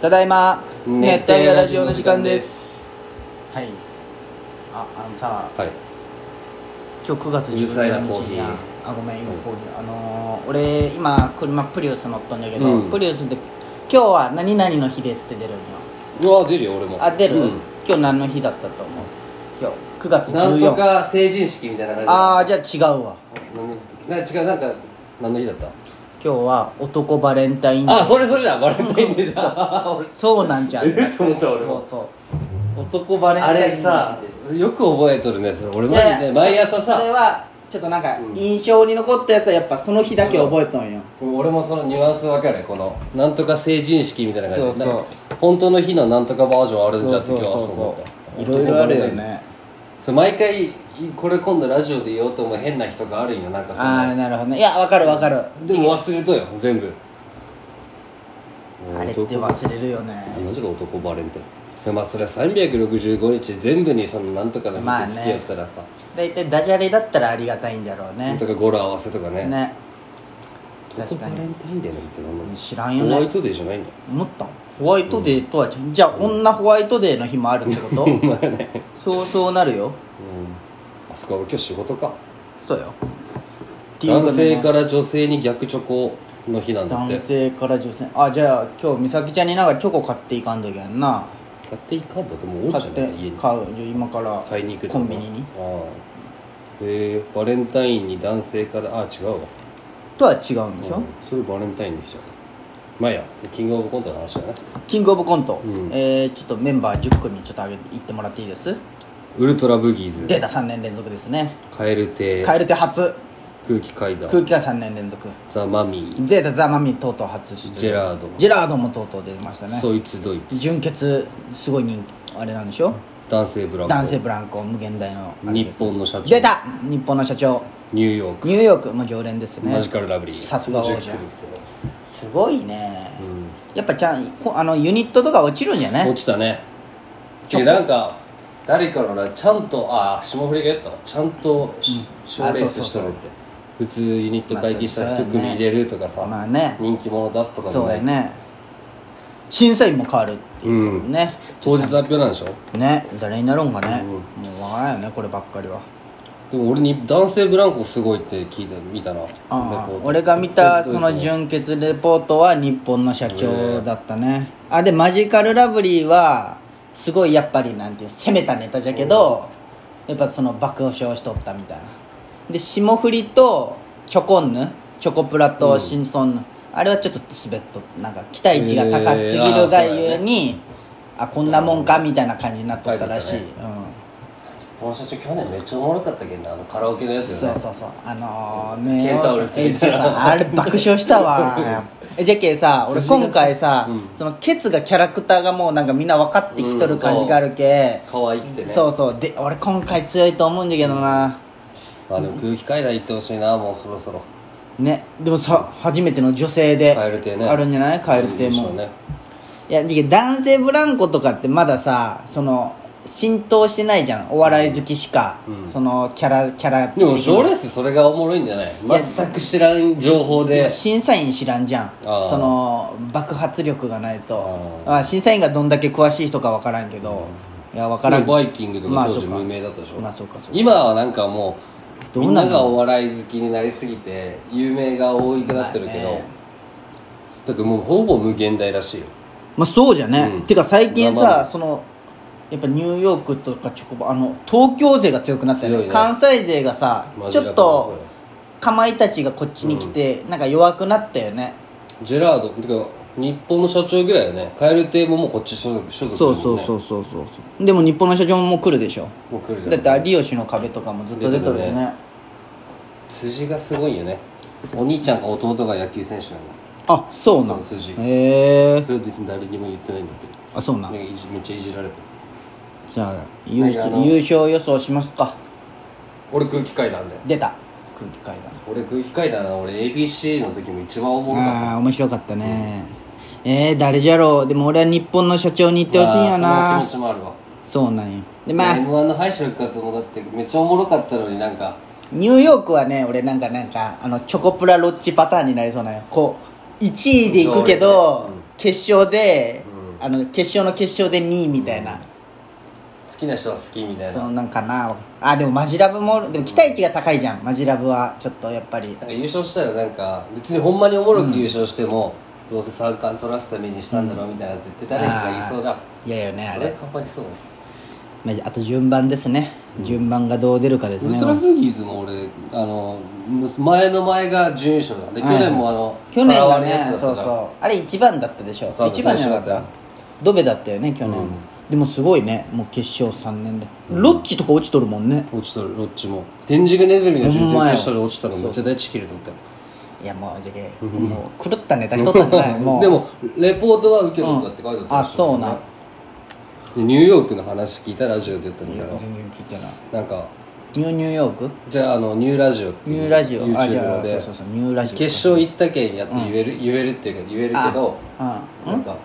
ただいま熱帯夜ラジオの時間ですはいああのさはい今日9月うるさいな14日じゃんコーヒあごめん今コーヒーあのー、俺今車プリウス乗ったんだけど、うんプリウスって今日は何々の日ですって出るんようわ出るよ俺もあ出る、うん今日何の日だったと思う今日9月なんと14日か成人式みたいな感じああじゃあ違うわ何の日だっけな違うなんか何の日だった今日は男バレンタインデーあそれそれだバレンタインデーじゃん俺そうなんじゃん えっと思った俺そうもそう男バレンあタインデーれさよく覚えとるねそれ俺いマやいジやで毎朝それさはちょっとなんかうん印象に残ったやつはやっぱその日だけ覚えとんよ、俺もそのニュアンスわかるこのなんとか成人式みたいな感じそうそうなんか本当の日のなんとかバージョンあるんじゃんって今日はそう思ったいろいろあるよねそれ毎回いこれ今度ラジオで言おうと思う変な人があるんよなんかそああのなるほどねいやわかるわかるでも忘れとよ全部あれって忘れるよね何じゃ男バレンタインでもまあそれは365日全部にそのなんとかのまあね日付き合ったらさ、大体ダジャレだったらありがたいんじゃろうねなんとか語呂合わせとかねね男確バかレにンタインデーなんて何なの知らんよねホワイトデーじゃないんだよ思ったんホワイトデーとはちゃじゃあ女ホワイトデーの日もあるってことお前ねそうそうなるようんあそこは俺今日仕事かそうよっていう男か性ねから女性に逆チョコの日なんだって男性から女性あじゃあ今日美咲ちゃんになんかチョコ買っていかんといけんな買っていかんだってもうおる買じっゃてない家に買うじゃあ今から買いに行くとコかンビニにああえー、バレンタインに男性からあ違うわとは違うんでしょ、それバレンタインの日じゃんまあいいやキングオブコントの話だねキングオブコント、うんえー、ちょっとメンバー10組ちょっと上げていってもらっていいですウルトラブギーズデータ3年連続ですねカエル亭蛙亭初空気階段空気が3年連続ザ・マミゼータザ・マミィとうとう初出場ジェラードジェラードもとうとう出ましたーねそいつドイツ純潔すごい人気あれなんでしょ男性ブランコ男性ブランコ無限大のあれ日です本の社長出た日本の社長ニューヨークニューヨークも常連ですねマジカルラブリーさすが王者10組ですよすごいね、うんやっぱちゃんこあのユニットとか落ちるんじゃね落ちたねちょっとでなんか誰からなちゃんとああ霜降りがやったわちゃんと賞、あレーそスうしそたうそのうって普通ユニット会議したまあらそ一うだよ組ね入れるとかさ、まあね人気者出すとかそうもなだいよね審査員も変わるっていううんね、当日発表なんでしょね誰になるんかね、もうわからんよねこればっかりはでも俺に男性ブランコすごいって聞いて見たなああレポート俺が見たレポそートのですね純潔レポートは日本の社長だったねあでマジカルラブリーはすごいやっぱりなんていう攻めたネタじゃけどやっぱその爆笑しとったみたいなで霜降りとチョコンヌチョコプラとシンソンヌ、あれはちょっと滑っとなんか期待値が高すぎるがゆえに、あこんなもんかみたいな感じになっとったらしい、書いうんこの社長去年めっちゃおもろかったけんなあのカラオケのやつそようねそうそうあのー、ねケンタウロスみたいなさんあれ爆笑した わえじゃけさ俺寿司が今回さ、うんそのケツがキャラクターがもうなんかみんな分かってきとる感じがあるけ、可愛くてねそうそうで俺今回強いと思うんだけどな、まあでも空気階段行ってほしいなもうそろそろねでもさ初めての女性で蛙亭ねあるんじゃない蛙い亭いでしょも、うねいやじゃけ男性ブランコとかってまださその浸透してないじゃんお笑い好きしか、そのキャラキャラでも的な賞レースそれがおもろいんじゃないや全く知らん情報で審査員知らんじゃんあーその爆発力がないとあまあ、審査員がどんだけ詳しい人か分からんけど、いや分からんバイキングとまかあ当時そうか無名だったでしょ、まあそうかそうか今はなんかもうどうみなんんのながお笑い好きになりすぎて有名が多くなってるけど、まあねだってもうほぼ無限大らしいよまあそうじゃね、うんてか最近まあまあさそのやっぱニューヨークとかチョコボあの東京勢が強くなったよね強いね関西勢がさマちジょっとかまいたちがこっちに来て、なんか弱くなったよねジェラードてか日本の社長ぐらいよね蛙亭ももうこっち所属所属だもんねうそうそうそうでも日本の社長も来るでしょもう来るじゃんだって有吉の壁とかもずっと出てるよ出てるねね辻がすごいよねお兄ちゃんか弟が野球選手なのあそうなんそう筋へえそれは別に誰にも言ってないんだってあそうななんんかいじめっちゃいじられてるじゃあ優勝,、はいあの優勝予想しますか俺空気階段だよ出た空気階段俺空気階段俺 ABC の時も一番おもろかったああー面白かったね、えー、誰じゃろうでも俺は日本の社長に行ってほしいんやあーそのな気持ちもあるわそうなんよでまあ m 1の敗者復活もだってめっちゃおもろかったのになんかニューヨークはね俺なんかなんかあのチョコプラロッチパターンになりそうなんよこう1位で行くけど、決勝で、あの決勝の決勝で2位みたいな、好きな人は好きみたいなそうなんかなあでもマジラブもでも期待値が高いじゃんマジラブはちょっとやっぱりなんか優勝したらなんか別にほんまにおもろく優勝しても、どうせ三冠取らすためにしたんだろうみたいな絶対誰かが言いそうだ嫌よねあそれれかわいそうまああと順番ですね、順番がどう出るかですウルねトラブギーズも俺あのむ前の前が準優勝なんで、はい去年もあの去年皿が割りのねやつだそっうたからそうあれ一番だったでしょそう一番じゃなかった最初だったドベだったよね去年、うんでもすごいねもう決勝3年で、ロッチとか落ちとるもんね落ちとるロッチも天竺ネズミの準ほんま々や決勝で落ちたのめっちゃ大チキルとったよいやもうじゃけ、もう狂ったネタしとったんじゃ ない もうでもレポートは受け取ったって書いてあった、あそうなんでニューヨークの話聞いたラジオで言ったんいだやけ全然聞いてないどなんかニューニューヨークじゃああのニューラジオっていうニューラジオあじゃ YouTube あそでうそうそうニューラジオ決勝行ったけんやって言える、言えるっていうか言えるけどあうんなんかうん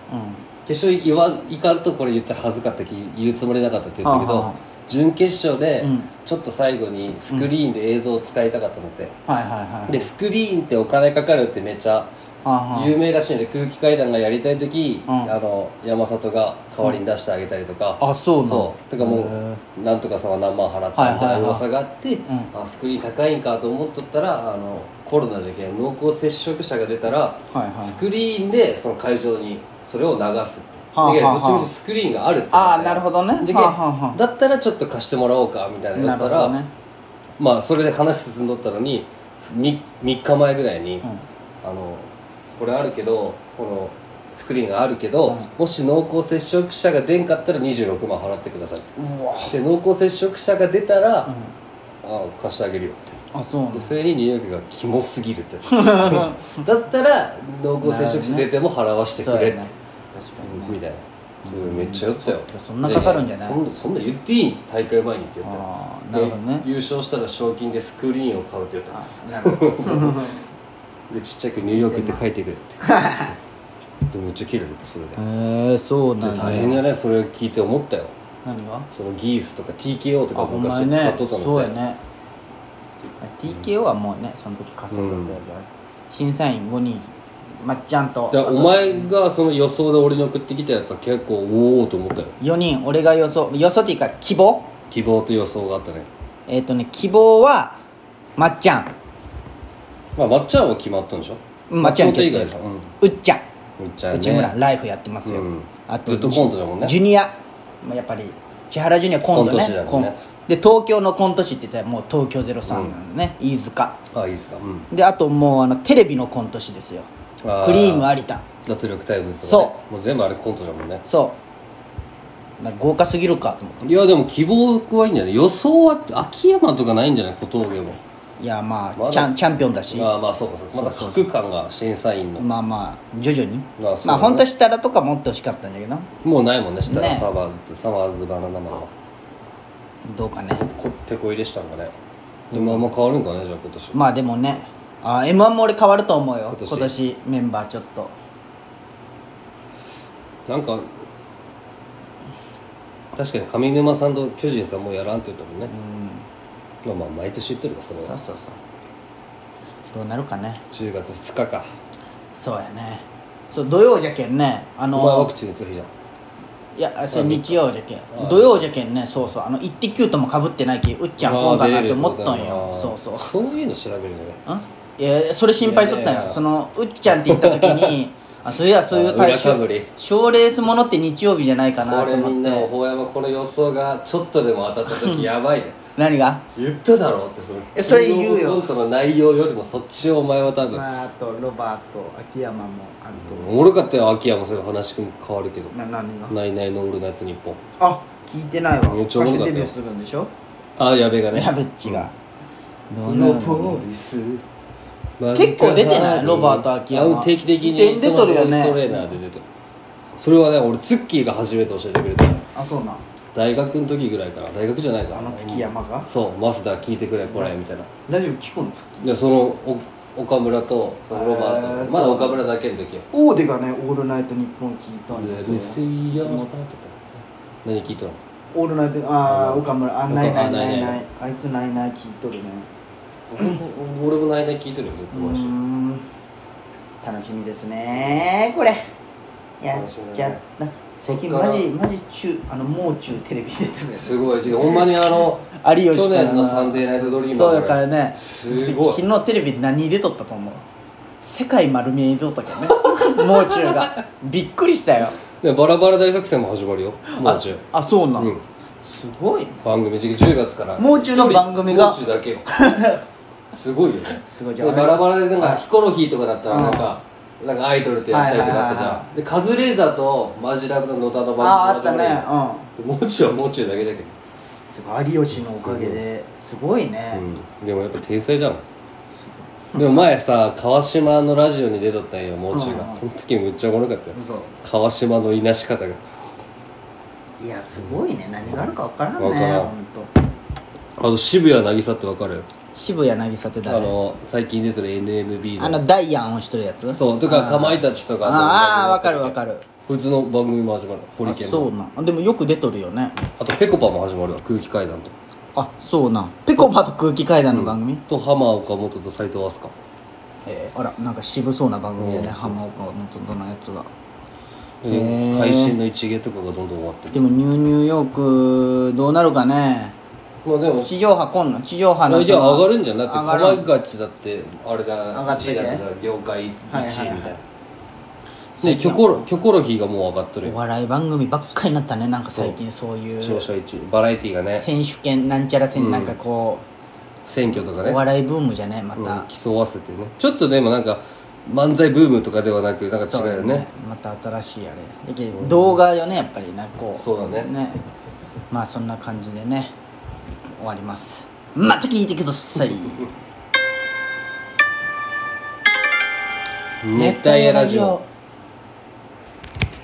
決勝言わんいかんとこれ言ったら恥ずかったき言うつもりなかったって言ったはけあはどあ準決勝でうんちょっと最後にスクリーンで映像を使いたかったと思って、はいはいはいでスクリーンってお金かかるってめっちゃあは有名らしいので空気階段がやりたい時、うんあの山里が代わりに出してあげたりとか、あそうなのそうてかへもーうなんとかさんは何万払ったみたいな噂があって、うあスクリーン高いんかと思っとったらあのコロナ事件濃厚接触者が出たら、はいはいスクリーンでその会場にそれを流すって、はあだけどはあどっちみちスクリーンがあるってことでああなるほどねじゃけはあはあはあだったらちょっと貸してもらおうかみたいなのやなっるたほら、どねまあそれで話進んどったのに 3, 日前ぐらいに、あのこれあるけどこのスクリーンがあるけど、うんもし濃厚接触者が出んかったら26万払ってくださいってうわで濃厚接触者が出たら、ああ貸してあげるよってあそうなんでだそれにニューヨークがキモすぎるって そうだったら濃厚接触者出ても払わしてくそうれっやて、ね確かにねみたいなそれめっちゃ言ったよそっかそんなかかるんじゃないややそんそんな言っていいんって大会前にって言ったよああなるほどねで優勝したら賞金でスクリーンを買うって言ったあなるほどでちっちゃくニューヨークって書いてくれって でめっちゃ綺麗だったそれででへえそうなんだ大変じゃないそれ聞いて思ったよ何がそのギースとか TKO とあかお前昔使ねっとったそうのやってね TKO はもうねその時稼いでたやつや審査員5人まっちゃんとだからお前がその予想で俺に送ってきたやつは結構おおと思ったよ4人俺が予想予想っていうか希望希望と予想があったねえっ、とね希望はまっちゃんまあまっちゃんは決まったんでしょうんまっちゃん松本決以外定でしょううんっちゃんむっちゃんね内村ライフやってますよ、うんあとずっとコントだもんねジュニアまあやっぱり千原ジュニアコントねコント師だもんねコンで東京のコント師って言ったらもう東京03なのね、飯塚あいいですかうんであともうあのテレビのコント師ですよあークリーム有田脱力タイムズとか、ね、そうもう全部あれコントだもんねそう、まあ、豪華すぎるかと思っいやでも希望はいいんじゃない予想は秋山とかないんじゃない小峠もていやまあ、まだチャンチャンピオンだしまあまあそうかそうかまた格感が審査員のまあまあ徐々にまあそうだねまあ本当は設楽とか持ってほしかったんだけどもうないもんねしたらねサマーズってサマーズバナナマンはどうかねこってこ入れしたんかねでもあんま変わるんかねじゃあ今年まあでもねあ m 1も俺変わると思うよ今年今年メンバーちょっとなんか確かに上沼さんと巨人さんもうやらんって言ったもんねまあまあ毎年言ってるかそれそうはそうそうどうなるかね10月2日かそうやねそう土曜じゃけんねあお前ワのクチン打つ日じゃんいやそれ日曜じゃけんあ土曜じゃけんねそうそうあの「イッテ Q!」ともかぶってないきうっちゃんこうかなって思っとんよそうそうそういうの調べるんじゃないんいやそれ心配しとったんいやいよやそのうっちゃんって言った時 にあそういやそういうあ裏かぶり賞レースものって日曜日じゃないかなことれみ思んっなて大山この予想がちょっとでも当たった時やばいね何が言っただろうってそのえそれ言うよコントの内容よりもそっちをお前は多分、まあ、あとロバート秋山もあると、おもろかったよ秋山それ話も変わるけどな何が「ナイナイのオールナイトニッポンあ聞いてないわめっちゃおもろかったよするんでしょ」あやべえがねやべっちが、どプうなるロのポリス結構出てないロバート秋山あ定期的にで出とるよねそのボイストレーナーで出てるそれはね俺ツッキーが初めて教えてくれたのあそうなん大学の時ぐらいかな大学じゃないかなあの月山がそう「マスダー聞いてくれこれ」みたいなラジオ聞くん月でそのお岡村とそのロバへーートまだ岡村だけの時よ大手がね「オールナイトニッポン」聞いたんですよ何聞いたのオールナイトああ岡村あ岡ないないなないいなないいあいつないない聞いとるね俺もないない聞いてるよずっとうー毎週ん楽しみですねこれやっちゃった最近マジマジ中あのもう中テレビ出てるやつすごい違うほんまにあの有吉去からな年の「サンデーナイトドリーマーそぐうらだい」からねすごい昨日テレビ何出とったと思う世界丸見えに出とったけどね もう中がびっくりしたよねバラバラ大作戦も始まるよもう中ああそうなん、うんすごいね番組次10月からもう中の番組がもう中だ けよすごいよねすごいじでゃあバラバラでなんかヒコロヒーとかだったらうんなんかなんかアイドルとやったりとかあっはいたじはいゃんでカズレーザーとマジラブの野田の番組もあああっ始たまるよねうんでもう中はもう中だけだけどすごい有吉のおかげですごいね、うん、でもやっぱ天才じゃんでも前さ川島のラジオに出とったんよもう中うんうがんその時むっちゃおもろかったよ嘘川島のいなし方がいやすごいね何があるか分からんねわからん本当。あと渋谷渚ってわかる渋谷渚ってあ誰の最近出てる NMB あののダイアンをしとるやつそうとかかまいたちとかああわかるわるかるこいつの番組も始まるホリあケンそのうなんでもよく出とるよねあとぺこぱも始まるわ空気階段とあそうなんぺこぱと空気階段の番組、と浜岡本と斎藤飛鳥えーあらなんか渋そうな番組だね浜岡元々のやつはで会心の一芸とかがどんどん終わってるでもニューニューヨークどうなるかねまあでも地上波今の地上波のじゃあ上がるるんじゃんだって上がかるまいがちだってあれだ上がってて1位だってさ業界1位みたいはな、いはいはいねキョコロキョコロヒーがもう上がっとるおよ笑い番組ばっかりになったねなんか最近そういう勝者1位バラエティーがね選手権なんちゃら戦、なんかこ選挙とかう、ね、お笑いブームじゃねまた、うん競わせてねちょっとでもなんか漫才ブームとかではなくなんかそ違ううよよねねまた新しいあれだけど動画よねやっぱりなこうそうだねまあそんな感じでね終わりますまた聞いてください 熱帯夜ラジオ